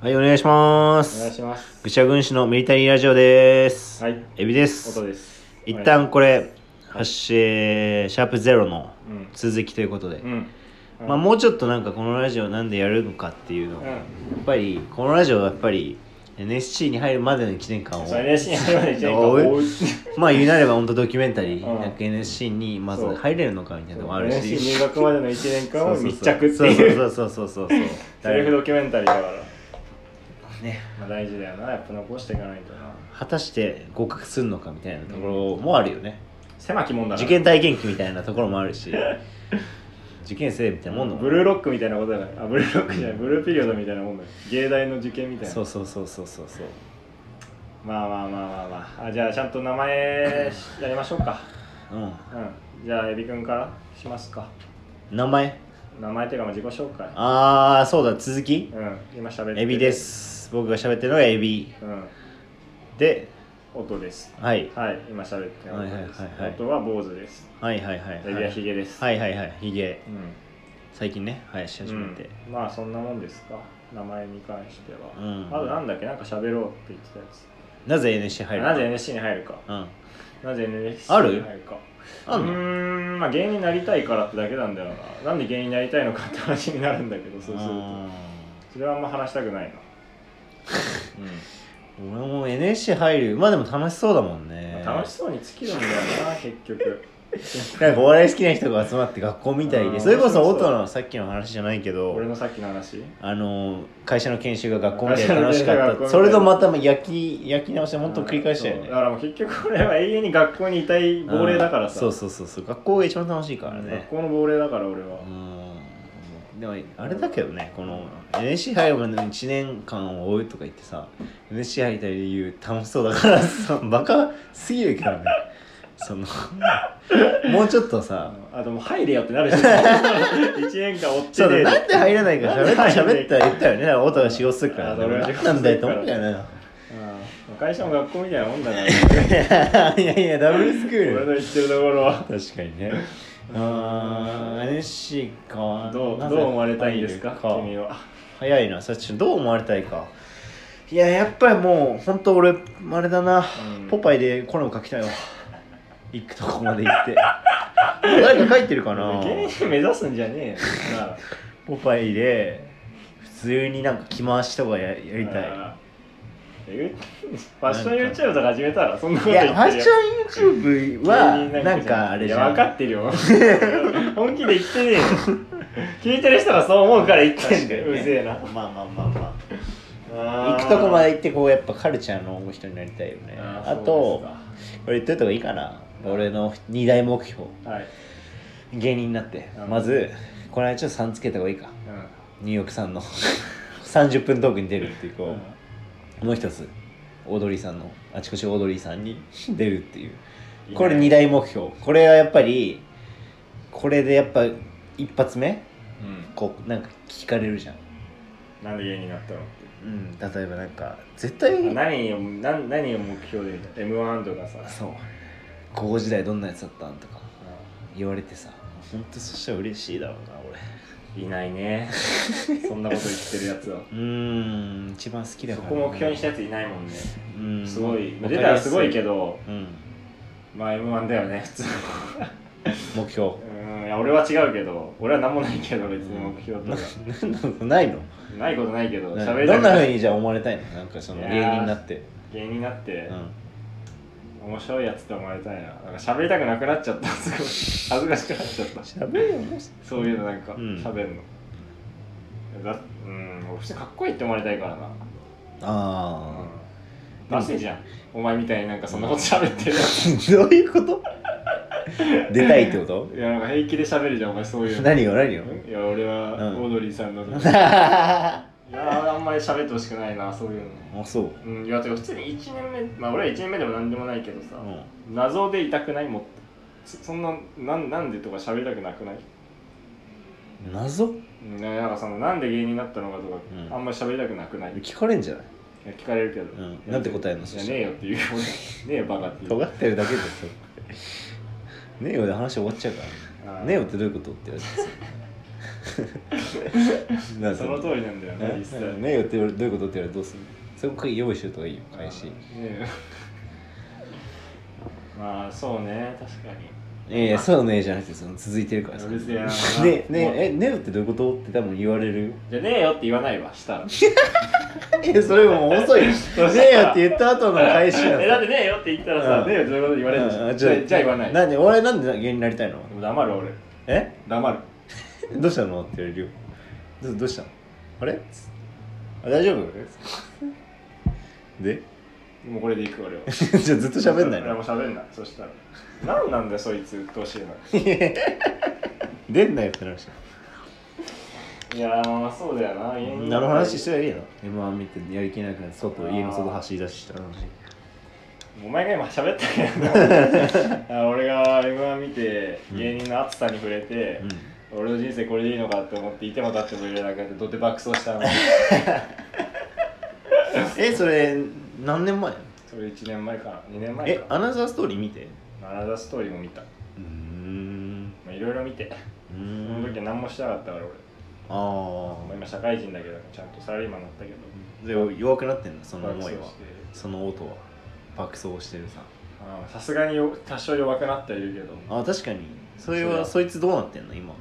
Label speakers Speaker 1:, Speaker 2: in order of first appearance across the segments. Speaker 1: はい、お願いしま
Speaker 2: お願い
Speaker 1: す。
Speaker 2: します。
Speaker 1: 愚者軍師のミリタリーラジオです。
Speaker 2: はい。
Speaker 1: エビで
Speaker 2: 音
Speaker 1: す。
Speaker 2: です。
Speaker 1: 一旦これ、発信、シャープゼロの
Speaker 2: お願いしま
Speaker 1: 続きということで、
Speaker 2: す。うん。うん。
Speaker 1: まあ、もうちょっとなんかこのラジオなんでやるのかっていうのを、
Speaker 2: うん
Speaker 1: やっぱり、このラジオはやっぱり、NSC に入るまでの1年間を、
Speaker 2: そう NSC に入るまで一年間
Speaker 1: おい
Speaker 2: 追う
Speaker 1: まあ言うなれば本当ドキュメンタリー、
Speaker 2: うん
Speaker 1: なんか NSC にまず
Speaker 2: そう
Speaker 1: 入れるのかみたいなのもある
Speaker 2: NSC
Speaker 1: し、
Speaker 2: 入学までの1年間を密着って
Speaker 1: そう
Speaker 2: い
Speaker 1: そ
Speaker 2: う
Speaker 1: うそうそうそうそうそう そう。
Speaker 2: セルフドキュメンタリーだから、
Speaker 1: ね
Speaker 2: まあ、大事だよなやっぱ残していかないとな
Speaker 1: 果たして合格するのかみたいなところもあるよね、
Speaker 2: 狭きもんだな
Speaker 1: 受験体験記みたいなところもあるし 受験生みたいなもんの
Speaker 2: ブルーロックみたいなことだからあブルーロックじゃないブルーピリオドみたいなもんだよ芸大の受験みたいな
Speaker 1: そうそうそうそうそうそう
Speaker 2: まあまあまあまあまああじゃあちゃんと名前しやりましょうか
Speaker 1: う
Speaker 2: うんじゃあエビ君からしますか
Speaker 1: ん名前
Speaker 2: 名前というかまあ自己紹介
Speaker 1: ああそうだ続き
Speaker 2: うん今喋ってる
Speaker 1: エビです僕が喋ってるのがエビ
Speaker 2: うん
Speaker 1: で、
Speaker 2: 音です
Speaker 1: はい、
Speaker 2: はい今喋ってる音
Speaker 1: はいはい
Speaker 2: です
Speaker 1: はいはい
Speaker 2: 音は坊主です
Speaker 1: はいはいはい
Speaker 2: エビはヒゲです
Speaker 1: はいはいはいヒゲ
Speaker 2: うん
Speaker 1: 最近ね生やし始めて、
Speaker 2: うんまあそんなもんですか名前に関しては、
Speaker 1: うん
Speaker 2: まずなんだっけなんか喋ろうって言ってたやつ、
Speaker 1: なぜ NSC 入る
Speaker 2: なぜ NSC に入るか
Speaker 1: うん
Speaker 2: なぜ NSC
Speaker 1: ある
Speaker 2: に入るか
Speaker 1: あん
Speaker 2: う
Speaker 1: の
Speaker 2: ーんまあ芸人になりたいからってだけなんだよななんで芸人になりたいのかって話になるんだけどそうするとそれはあんま話したくないな
Speaker 1: うん俺も NSC 入るまあでも楽しそうだもん
Speaker 2: うん、
Speaker 1: ね
Speaker 2: まあ楽しそうに尽きるんだよな結 局
Speaker 1: なんかお笑い好きな人が集まって学校みたい
Speaker 2: あ
Speaker 1: で
Speaker 2: ー
Speaker 1: それこそ
Speaker 2: 面白そう
Speaker 1: 音のさっきの話じゃないけど
Speaker 2: 俺のさっきの話
Speaker 1: あの会社の研修が学校みたいで楽
Speaker 2: 会
Speaker 1: し
Speaker 2: 社の研修が
Speaker 1: か
Speaker 2: 学
Speaker 1: っ
Speaker 2: 校みたい
Speaker 1: たそれとまた焼き焼き直してもっと繰り返したよ
Speaker 2: そ
Speaker 1: ね
Speaker 2: うだからもう結局俺は永遠に学校にいたい亡霊だからさ
Speaker 1: そうそうそうそう学校が一番楽しいから
Speaker 2: 学
Speaker 1: ね
Speaker 2: 校の亡霊だから俺は、
Speaker 1: うんでもあれだけどねこの NSC 入るまでの1年間を追うとか言ってさ NSC 入った理由楽しそうだからさバカすぎるからねそのもうちょっとさ
Speaker 2: あともう入れよってな るし、1年間追って
Speaker 1: そうだ、
Speaker 2: ね
Speaker 1: なんで入らないか喋った、喋った、言ったよね。なんか音が仕事するから、
Speaker 2: あ
Speaker 1: ね、俺
Speaker 2: 俺は
Speaker 1: 何なんだよと思うからな。
Speaker 2: うん会社も学校みたいなもんだから、
Speaker 1: いやいや、ダブルスクー
Speaker 2: 俺の
Speaker 1: ル。
Speaker 2: 言ってるところは。
Speaker 1: 確かにね。あー、NSC か。
Speaker 2: どうど
Speaker 1: な
Speaker 2: う
Speaker 1: ぜ
Speaker 2: 思われたいんですか、
Speaker 1: 入る
Speaker 2: 君は。
Speaker 1: 早いな、さっちどう思われたいか。いや、やっぱりもう、本当俺、あれだな、
Speaker 2: うん
Speaker 1: ポパイでコラム書き たいわ。行くとこまで行って。誰か書いてるかな
Speaker 2: 芸人目指すんじゃねえよ。なあ
Speaker 1: ポパイで、普通になんか着回しとかややりたい。
Speaker 2: あーえファッション YouTube とか始めたら、そんなこ
Speaker 1: い
Speaker 2: と言って
Speaker 1: や、
Speaker 2: る
Speaker 1: ファッション YouTube は、なんかあれじゃ
Speaker 2: 分か
Speaker 1: ん。
Speaker 2: ってるよ。 本気で言ってねえよ。聞いてる人がそう思うから言ってんだよ。
Speaker 1: 確かに
Speaker 2: う
Speaker 1: ね
Speaker 2: ぜえな。
Speaker 1: まあまあまあまあ。行
Speaker 2: 行
Speaker 1: くとこまで行って、こう、やっぱカルチャーの人になりたいよね。あ
Speaker 2: あ
Speaker 1: と
Speaker 2: と、、
Speaker 1: これ言っといた方がいいかな。俺の二大目標。
Speaker 2: はい。
Speaker 1: 芸人になって
Speaker 2: う。ん
Speaker 1: まず、この間ちょっと3つけた方がいいか。
Speaker 2: うん
Speaker 1: ニューヨークさんの 30分トークに出るっていう、こう、もう一つ、オードリーさんの、あちこちオードリーさんに 出るっていう。
Speaker 2: うん
Speaker 1: これ二、大目標。これはやっぱり、これでやっぱ一発目
Speaker 2: うん、
Speaker 1: こうなんか聞かれるじゃん、
Speaker 2: なんで芸人になったの
Speaker 1: うん、例えばなんか絶対
Speaker 2: あ何を何何を目標で m 1とかさ
Speaker 1: そう高校時代どんなやつだったんとか
Speaker 2: う
Speaker 1: 言われてさ本当そしたら嬉しいだろうな俺
Speaker 2: んいない ねそんなこと言ってるやつは
Speaker 1: うーん一番好きだ
Speaker 2: そ
Speaker 1: から
Speaker 2: こ目標にしたやついないもんね
Speaker 1: うん
Speaker 2: すごい
Speaker 1: わかり
Speaker 2: 出
Speaker 1: や
Speaker 2: たらすごいけ
Speaker 1: ど
Speaker 2: ど
Speaker 1: うん
Speaker 2: まあ m 1だよね普通
Speaker 1: 目標
Speaker 2: うんいや俺は違うけど俺は何もないけど別に目標とか
Speaker 1: ななんなないの
Speaker 2: ないことないけど
Speaker 1: な
Speaker 2: 喋
Speaker 1: い
Speaker 2: り
Speaker 1: ど
Speaker 2: た
Speaker 1: ん
Speaker 2: くな
Speaker 1: ないふうにじゃあ思われたいのなんかその
Speaker 2: い
Speaker 1: 芸
Speaker 2: や
Speaker 1: 人
Speaker 2: ー
Speaker 1: になって
Speaker 2: 芸人になって
Speaker 1: う、ん
Speaker 2: 面白いやつと思われたいななんか喋りたくなくなっちゃった すごい恥ずかしくなっちゃった
Speaker 1: 喋るよもう
Speaker 2: そういうのなんか
Speaker 1: うん
Speaker 2: 喋るの、だうん俺普通にかっこいいって思われたいからな
Speaker 1: あ
Speaker 2: ダセえじゃんお前みたいになんかそんなこと喋ってる
Speaker 1: あ どういうこと出たいってこと
Speaker 2: いやなんか平気で喋るじゃんお前そういうの
Speaker 1: 何よ何よ
Speaker 2: んいや俺は
Speaker 1: うん
Speaker 2: オードリーさんの、いや
Speaker 1: あ
Speaker 2: ーあんまり喋ってほしくないなそういうの
Speaker 1: そう、
Speaker 2: うんいやてか普通に1年目まあ俺は1年目でも何でもないけどさ、
Speaker 1: うん、
Speaker 2: 謎で痛くないもっとそそんななんなんでとか喋りたくなくない
Speaker 1: 謎
Speaker 2: うんなんかそのなんで芸人になったのかとか、
Speaker 1: うん
Speaker 2: あんまり喋りたくなくない
Speaker 1: 聞かれんじゃない
Speaker 2: いや聞かれるけど、
Speaker 1: うんなんて答えんの
Speaker 2: い
Speaker 1: そ
Speaker 2: や
Speaker 1: し
Speaker 2: ね
Speaker 1: たら
Speaker 2: えよっていう俺ねえよバカっていう
Speaker 1: 尖ってるだけですよねえよで話終わっちゃうからねねえよってどういうことって言われてさな
Speaker 2: その通りなんだよね実際
Speaker 1: ねえよって言われどういうことって言われたらどうするそこから用意してるとかいいよ返し
Speaker 2: ねえ まあそうね確かに
Speaker 1: ええそうねじゃなくてその続いてるからさ
Speaker 2: うるせえな
Speaker 1: ねねえねえよってどういうことって多分言われるよ
Speaker 2: じゃねえよって言わないわしたら
Speaker 1: えそれもう遅 いねえよって言った後の返し
Speaker 2: えだっ
Speaker 1: な
Speaker 2: てねえよって言ったら
Speaker 1: う
Speaker 2: さ
Speaker 1: ん
Speaker 2: ねえよってどういうこと言われるじゃんじゃあじゃあ言わないで
Speaker 1: なんで俺なんで芸人になりたいの
Speaker 2: も黙る俺
Speaker 1: え
Speaker 2: 黙る
Speaker 1: どうしたのって言われるよどどうしたのあれあ大丈夫で
Speaker 2: もうこれでいく俺は
Speaker 1: じゃあずっと喋んない
Speaker 2: 俺も
Speaker 1: の
Speaker 2: う喋んないそしたら何なんだよそいつ鬱陶しいな
Speaker 1: 出んなよって話
Speaker 2: いやーまあそうだよな芸人
Speaker 1: なる話してりゃいいの M−1 見てやりきれなくなって外家の外走り出した話
Speaker 2: お前が今喋ったけ どあ俺が m 1見て芸人の熱さに触れて、俺の人生これでいいのかって思っていても立ってもいれなくなってどて爆走 したの
Speaker 1: えそれ何年前
Speaker 2: それ1年前かな2年前
Speaker 1: え
Speaker 2: か
Speaker 1: アナザーストーリー見て
Speaker 2: なアナザーストーリーも見た
Speaker 1: うーん
Speaker 2: まあいろいろ見て
Speaker 1: うー
Speaker 2: その時
Speaker 1: ん
Speaker 2: 何もしてなかったから俺、
Speaker 1: あ
Speaker 2: まあ、今社会人だけどちゃんとサラリーマンになったけど
Speaker 1: あで弱くなってんだその思いは
Speaker 2: 爆走して
Speaker 1: その音は爆走してるさ
Speaker 2: あーさすがによ多少弱くなってはいるけど
Speaker 1: あ確かにそれ
Speaker 2: それ
Speaker 1: は
Speaker 2: は
Speaker 1: そいつどうなってんの今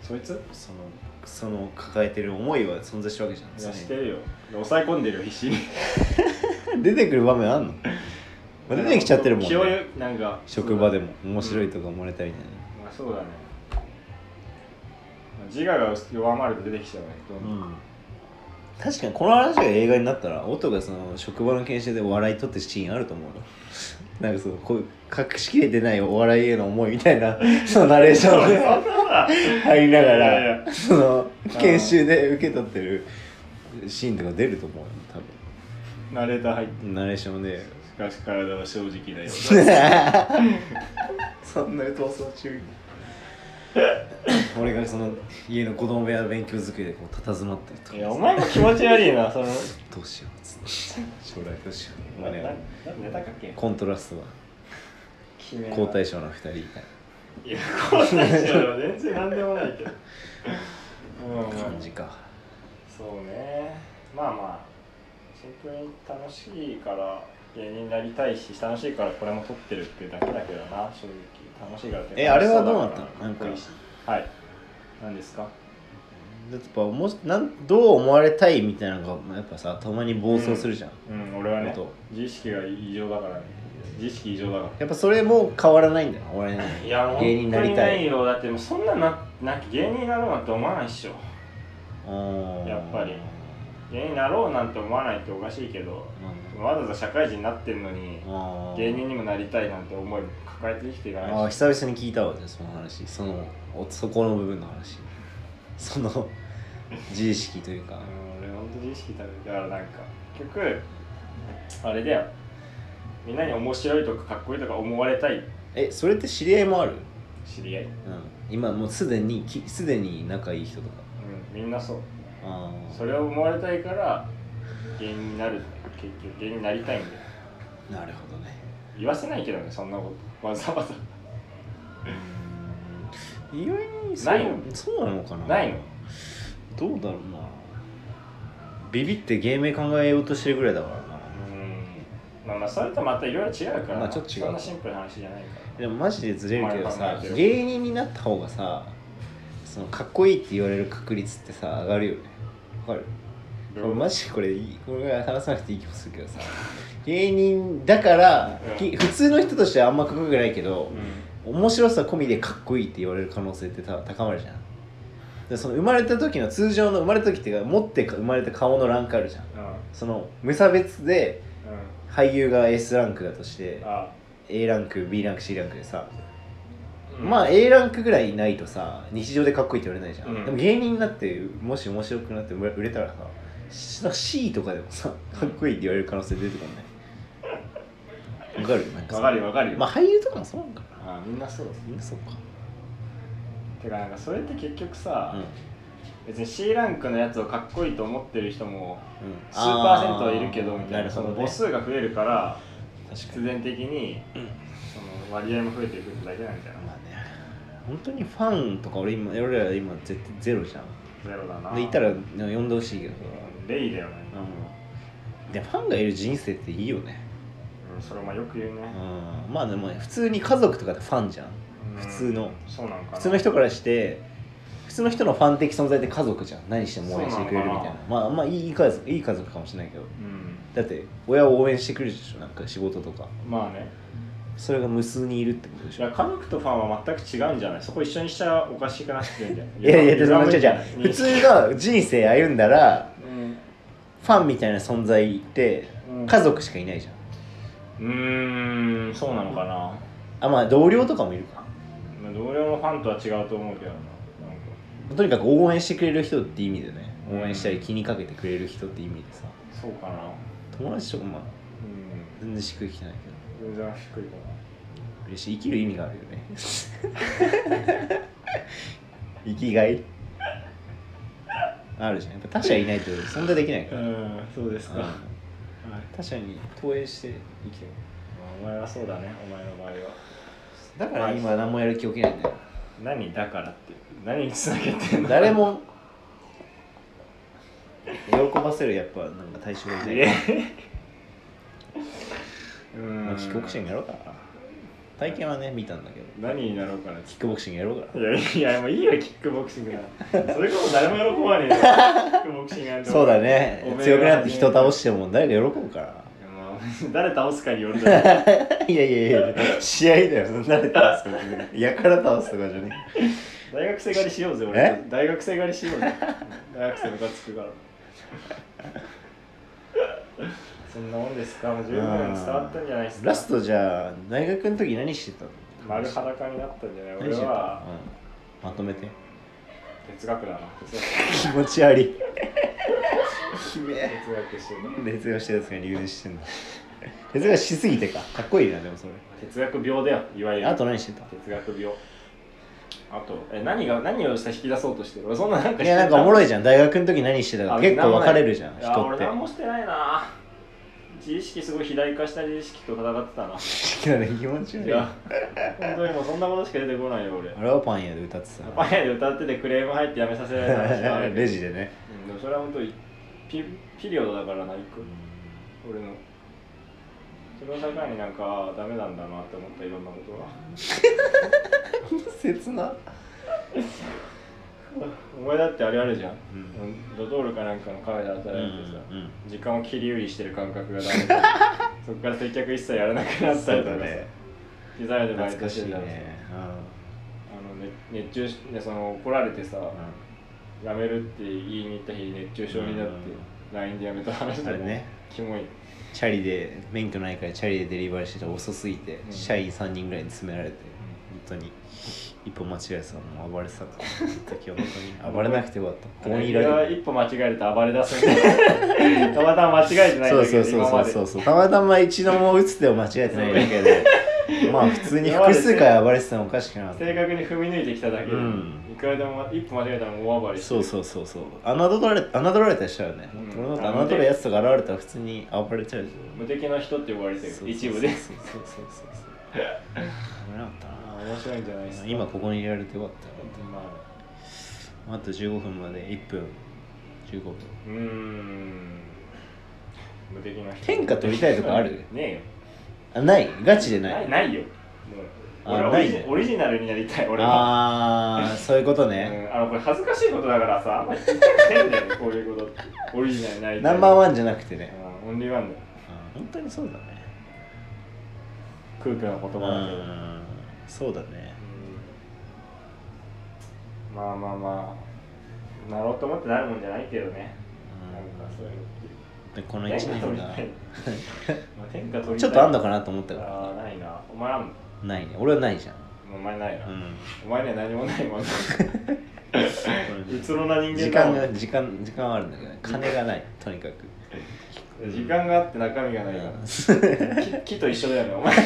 Speaker 2: そいつ
Speaker 1: そのその抱えてる思いは存在してるわけじゃん
Speaker 2: いや
Speaker 1: 常に
Speaker 2: してるよで抑え込んでるよ必死に
Speaker 1: 出てくる場面 あんの、まあ、出てきちゃってるもん、
Speaker 2: 気を
Speaker 1: ね、
Speaker 2: なんか
Speaker 1: 職場でも面白いとか生まれたりね、
Speaker 2: まあそうだねまあ自我が弱まると出てきちゃうねどんどん
Speaker 1: うん確かにこの話が映画になったら音がその職場の研修で笑い取ってシーンあると思うの なんかそのこう隠しきれてないお笑いへの思いみたいな そのナレーションが入りなが
Speaker 2: いやい
Speaker 1: らその研修で受け取ってるシーンとか出ると思うよ多
Speaker 2: ナレーター入って
Speaker 1: 分ナレーションで
Speaker 2: しかし体は正直だよ
Speaker 1: そんなに逃走中 俺がその家の子供部屋の勉強机でこう佇まってるとか
Speaker 2: いやお前も気持ち悪いなその
Speaker 1: どうしようっつって将来どうしよう
Speaker 2: な
Speaker 1: まあ
Speaker 2: な
Speaker 1: ね
Speaker 2: ネタかけ
Speaker 1: コントラストは
Speaker 2: 決めな
Speaker 1: 交代賞の2人以外
Speaker 2: いや交代しろよ全然なんでもないけど うん
Speaker 1: 感じか
Speaker 2: そうねまあまあシンプルに楽しいから芸人になりたいし楽しいからこれも撮ってるっていうだけだけどな正直楽しいからって
Speaker 1: えあれはどうなったのなん
Speaker 2: 楽しそうだら
Speaker 1: か
Speaker 2: っこいいしはい何ですか
Speaker 1: やっぱもしなんどう思われたいみたいなのがやっぱさたまに暴走するじゃん、
Speaker 2: うん俺はね
Speaker 1: 音
Speaker 2: 自意識が異常だからね自意識異常だから
Speaker 1: やっぱそれも変わらないんだよ俺ね
Speaker 2: いやもう
Speaker 1: 芸人になりたい
Speaker 2: 本当にないよだってもうそんなななんか芸人になろうなんて思わないっしょ
Speaker 1: うん
Speaker 2: やっぱり芸人になろうなんて思わないっておかしいけどわざわざ社会人になってんのに
Speaker 1: あー
Speaker 2: 芸人にもなりたいなんて思い抱えて生きていか
Speaker 1: あ
Speaker 2: な
Speaker 1: ー
Speaker 2: いし
Speaker 1: 久々に聞いたわじゃあその話そのおそこの部分の話その自意識というか
Speaker 2: うん俺本当に意識高いだからなんか結局あれだよみんなに面白いとかかっこいいとか思われたい
Speaker 1: えそれって知り合いもある、
Speaker 2: 知り合い、うん、
Speaker 1: うん、今もうすでにきすでに仲いい人とか
Speaker 2: みんなそう
Speaker 1: あー
Speaker 2: それを思われたいから芸人になる結局芸人になりたいんだよ
Speaker 1: なるほどね
Speaker 2: 言わせないけどねそんなことわざわざ
Speaker 1: 意外にそう
Speaker 2: ないの
Speaker 1: そうなのかな
Speaker 2: ないの
Speaker 1: どうだろうなビビって芸名考えようとしてるぐらいだからな
Speaker 2: うんまあまあそれとまたいろいろ違うから、
Speaker 1: まあちょっと違う
Speaker 2: そんなシンプルな話じゃないか
Speaker 1: でもマジでずれるけど
Speaker 2: まあ
Speaker 1: さ
Speaker 2: 考えてる
Speaker 1: 芸人になった方がさそのかっこいいって言われる確率ってさ上がるよねわかるこ
Speaker 2: ら
Speaker 1: れマジでこれいいこれ話さなくていい気もするけどさ芸人だから、
Speaker 2: うん
Speaker 1: き普通の人としてはあんまかっこよくないけど
Speaker 2: う、ん
Speaker 1: 面白さ込みでかっこいいって言われる可能性ってた高まるじゃんでその生まれた時の通常の生まれた時っていうか持ってか生まれた顔のランクあるじゃん
Speaker 2: うん
Speaker 1: その無差別で
Speaker 2: うん
Speaker 1: 俳優が S ランクだとして
Speaker 2: あ
Speaker 1: A ランク B ランク C ランクでさ、
Speaker 2: うん
Speaker 1: まあ A ランクぐらいないとさ日常でかっこいいって言われないじゃん、
Speaker 2: うん
Speaker 1: でも芸人になってもし面白くなって売れたらさしなんか C とかでもさかっこいいって言われる可能性出てこないわかるなんか
Speaker 2: わかるよわかるよ、
Speaker 1: まあ俳優とかもそうなんかな
Speaker 2: あみんなそう
Speaker 1: みんなそうか
Speaker 2: てかなんかそれって結局さ、
Speaker 1: うん
Speaker 2: 別に C ランクのやつをかっこいいと思ってる人も数パーセント
Speaker 1: あ
Speaker 2: は
Speaker 1: ー
Speaker 2: いるけどみたいな
Speaker 1: るほ
Speaker 2: そ
Speaker 1: ど
Speaker 2: の
Speaker 1: ね
Speaker 2: 母数が増えるから
Speaker 1: 確か
Speaker 2: 必
Speaker 1: に
Speaker 2: 然的に、その割合も増えていくってだけなんじゃない
Speaker 1: まあね本当にファンとか俺今俺ら今絶対ゼロじゃ
Speaker 2: ゼロだ
Speaker 1: ん
Speaker 2: な
Speaker 1: でいたら呼んでほしいけどさ
Speaker 2: レイだよね、
Speaker 1: うんでファンがいる人生っていいよね
Speaker 2: うん、それもよく言うね、
Speaker 1: うんまあでも普通に家族とかってファンじゃん
Speaker 2: うん
Speaker 1: 普通の
Speaker 2: そうなんかな
Speaker 1: 普通の人からして普通の人のファン的存在って家族じゃん何しても応援してくれるみたいな
Speaker 2: そうなの
Speaker 1: まあまあいい家族いい家族かもしれないけど
Speaker 2: うん
Speaker 1: だって親を応援してくれるでしょなんか仕事とか
Speaker 2: まあね
Speaker 1: それが無数にいるってことでし
Speaker 2: いや
Speaker 1: ょ
Speaker 2: 家族とファンは全く違うんじゃないそこ一緒にしたらおかしくなってるんじゃない
Speaker 1: いやいやでも
Speaker 2: 歪む
Speaker 1: じゃじ
Speaker 2: んじゃ
Speaker 1: ゃ
Speaker 2: ない
Speaker 1: 普通の人生歩んだら
Speaker 2: うん
Speaker 1: ファンみたいな存在って
Speaker 2: うん
Speaker 1: 家族しかいないじゃん
Speaker 2: うーんそうなのかな
Speaker 1: あまあ同僚とかもいるか
Speaker 2: まあ同僚のファンとは違うと思うけどななんか
Speaker 1: とにかく応援してくれる人って意味でね
Speaker 2: うん
Speaker 1: 応援したり気にかけてくれる人って意味でさ
Speaker 2: そうかな
Speaker 1: 友達とかまあ
Speaker 2: うん
Speaker 1: 全然しっくりきてないけど
Speaker 2: 全然低いかな
Speaker 1: 嬉しい生きる意味があるよ ね生きがいあるじゃんやっぱ他者いないと存在できないから、
Speaker 2: うんそうですか、
Speaker 1: うん
Speaker 2: はい
Speaker 1: 他者に投影して生きてる
Speaker 2: お前はそうだねお前の場合は
Speaker 1: だから今何もやる気起きないんだよ
Speaker 2: 何だからって何につなげてんの
Speaker 1: 誰も喜ばせるやっぱなんか対象がいない
Speaker 2: えう
Speaker 1: まあ
Speaker 2: ん
Speaker 1: キックボクシングやろうかな体験はね見たんだけど
Speaker 2: 何になろうかな
Speaker 1: キックボクシングやろうか
Speaker 2: いやいやもういいよキックボクシング なそれこそ誰も喜ばねえよキックボクシングなん
Speaker 1: な
Speaker 2: て
Speaker 1: そうだね
Speaker 2: おめえが
Speaker 1: 強くなって人倒しても誰が喜ぶから
Speaker 2: いやまあ 誰倒すかによるだろ
Speaker 1: いやいやいや試合だよそんなで倒すとかじゃないやから倒すとかじゃね
Speaker 2: 大学生狩りしようぜ
Speaker 1: え
Speaker 2: 俺大学生狩りしようぜ大学生ムカつくからそんなもんですかもう十分伝わったんじゃないですか
Speaker 1: ラストじゃあ大学の時何してたの
Speaker 2: 丸裸になったんじゃない
Speaker 1: 何
Speaker 2: 俺
Speaker 1: してた
Speaker 2: は
Speaker 1: うんまとめて
Speaker 2: 哲学だな哲
Speaker 1: 気持ち悪いひ
Speaker 2: 学
Speaker 1: め
Speaker 2: 哲学してる
Speaker 1: え哲学してるやつが留年してんの哲学しすぎてかかっこいいなでもそれ
Speaker 2: 哲学病だよいわゆる
Speaker 1: あと何してた
Speaker 2: 哲学病あとえ何が何をした引き出そうとしてる俺そんななんか
Speaker 1: いやなんかおもろいじゃん大学の時何してたか
Speaker 2: あ
Speaker 1: 結構分かれるじゃん
Speaker 2: いや
Speaker 1: 人っ
Speaker 2: 俺
Speaker 1: て
Speaker 2: 何もしてないな自意識すごい肥大化した自意識と戦ってたな
Speaker 1: いやね気持ち悪
Speaker 2: い
Speaker 1: い
Speaker 2: や本当にもうそんなことしか出てこな いよ俺
Speaker 1: あれはパン屋で歌ってた
Speaker 2: パン屋で歌っててクレーム入ってやめさせられた話があ る
Speaker 1: レジでね
Speaker 2: うん、でもそれは本当にピピリオドだからな一個俺のそれを境になんかダメなんだなって思ったいろんなこと は
Speaker 1: 切な
Speaker 2: お前だってあれあるじゃん、
Speaker 1: うん
Speaker 2: ドトールかなんかのカフェで働いてさ、
Speaker 1: うんうん
Speaker 2: 時間を切り売りしてる感覚がダ メでそっから接客一切やらなくなった
Speaker 1: そ
Speaker 2: り
Speaker 1: う
Speaker 2: と
Speaker 1: だ
Speaker 2: かさ
Speaker 1: ね
Speaker 2: 機材でバイ
Speaker 1: 懐
Speaker 2: ト
Speaker 1: か
Speaker 2: して
Speaker 1: しい
Speaker 2: たらさ、
Speaker 1: ね
Speaker 2: あのね熱中しでその怒られてさ、辞めるって言いに行った日熱中症になって
Speaker 1: う
Speaker 2: LINE で辞めた話
Speaker 1: あれね
Speaker 2: キモい
Speaker 1: チャリで免許ないからチャリでデリバリーしてたら遅すぎて
Speaker 2: うん
Speaker 1: 社員3人ぐらいに詰められて本当に一歩間違えてたのもう暴れてた からその時は本当に暴れなくてよかったここにいられる
Speaker 2: 一歩間違えると暴れ出す んだたまたま間違えてないん
Speaker 1: そう
Speaker 2: だけ
Speaker 1: そう
Speaker 2: ど
Speaker 1: そう
Speaker 2: 今
Speaker 1: そ
Speaker 2: ま
Speaker 1: う
Speaker 2: で
Speaker 1: そうそうたまたま一度も打つ手を間違えてないだけでまあ普通に複数回暴れてたのおかしくなかった
Speaker 2: 正確に踏み抜いてきただけで、
Speaker 1: うん
Speaker 2: いくらでも一歩間違えたら大暴れして
Speaker 1: そうそうそうそう侮られ侮られたりしたよね、
Speaker 2: うん
Speaker 1: 俺の侮るやつとか現れたら普通に暴れちゃうじ
Speaker 2: 無敵の人って呼ばれてる
Speaker 1: ゃん
Speaker 2: 一部で
Speaker 1: そうそうそうそうそう 危なかった
Speaker 2: あ面白いんじゃないです
Speaker 1: な
Speaker 2: か
Speaker 1: 今ここにいられてよかったよ
Speaker 2: まあ
Speaker 1: あと15分まで1分15分
Speaker 2: うーん無敵な人
Speaker 1: 天下取りたいとかある
Speaker 2: ねえよ
Speaker 1: あないガチでない
Speaker 2: ないないよもう俺
Speaker 1: あ
Speaker 2: はオリ
Speaker 1: ない
Speaker 2: ジ
Speaker 1: ね
Speaker 2: オリジナルになりたい俺は
Speaker 1: ああそういうことね、
Speaker 2: うんあのこれ恥ずかしいことだからさ あんまり言っちゃいけないんだよねこういうことってオリジナルになりたい
Speaker 1: ナンバー
Speaker 2: ン
Speaker 1: ワンじゃなくてね、
Speaker 2: オンリーワンだよ
Speaker 1: うん本当にそうだね
Speaker 2: 空虚な言
Speaker 1: う
Speaker 2: 葉だけど
Speaker 1: んそうだね
Speaker 2: うんまあまあまあなろうと思ってなるもんじゃないけどね
Speaker 1: うん
Speaker 2: なんかそういうのって
Speaker 1: でこの1年
Speaker 2: 天
Speaker 1: が
Speaker 2: 下取りたいまあ天下取りたい
Speaker 1: ちょっとあんのかなと思ったから
Speaker 2: あーないなお前あんの
Speaker 1: ないね俺はないじゃん
Speaker 2: お前ないな、
Speaker 1: うん
Speaker 2: お前には何もないもんうつろな人間
Speaker 1: 時
Speaker 2: だ
Speaker 1: 間
Speaker 2: もん
Speaker 1: が時間時間はあるんだけど金がないとにかく
Speaker 2: 時間があって中身がないから 木木と一緒だよねお前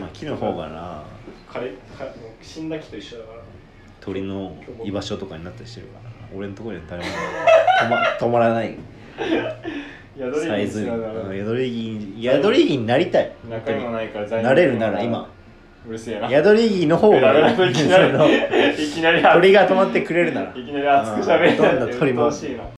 Speaker 1: まあ木の方がな
Speaker 2: 枯れ枯死んだ木と一緒だから
Speaker 1: 鳥の居場所とかになったりしてるからな俺のところには誰も止ま 止まらない
Speaker 2: 宿
Speaker 1: サ
Speaker 2: り
Speaker 1: イ
Speaker 2: に必
Speaker 1: ズ
Speaker 2: 要だから
Speaker 1: 宿り着に宿り着になりたい
Speaker 2: 中身もないから
Speaker 1: なれるなら今
Speaker 2: うるせえな
Speaker 1: 宿り着の方
Speaker 2: ベラベラ
Speaker 1: が
Speaker 2: といきなりいきなり
Speaker 1: 鳥が止まってくれるなら
Speaker 2: いきなり熱くしゃべる
Speaker 1: うんどんな鳥も
Speaker 2: しいな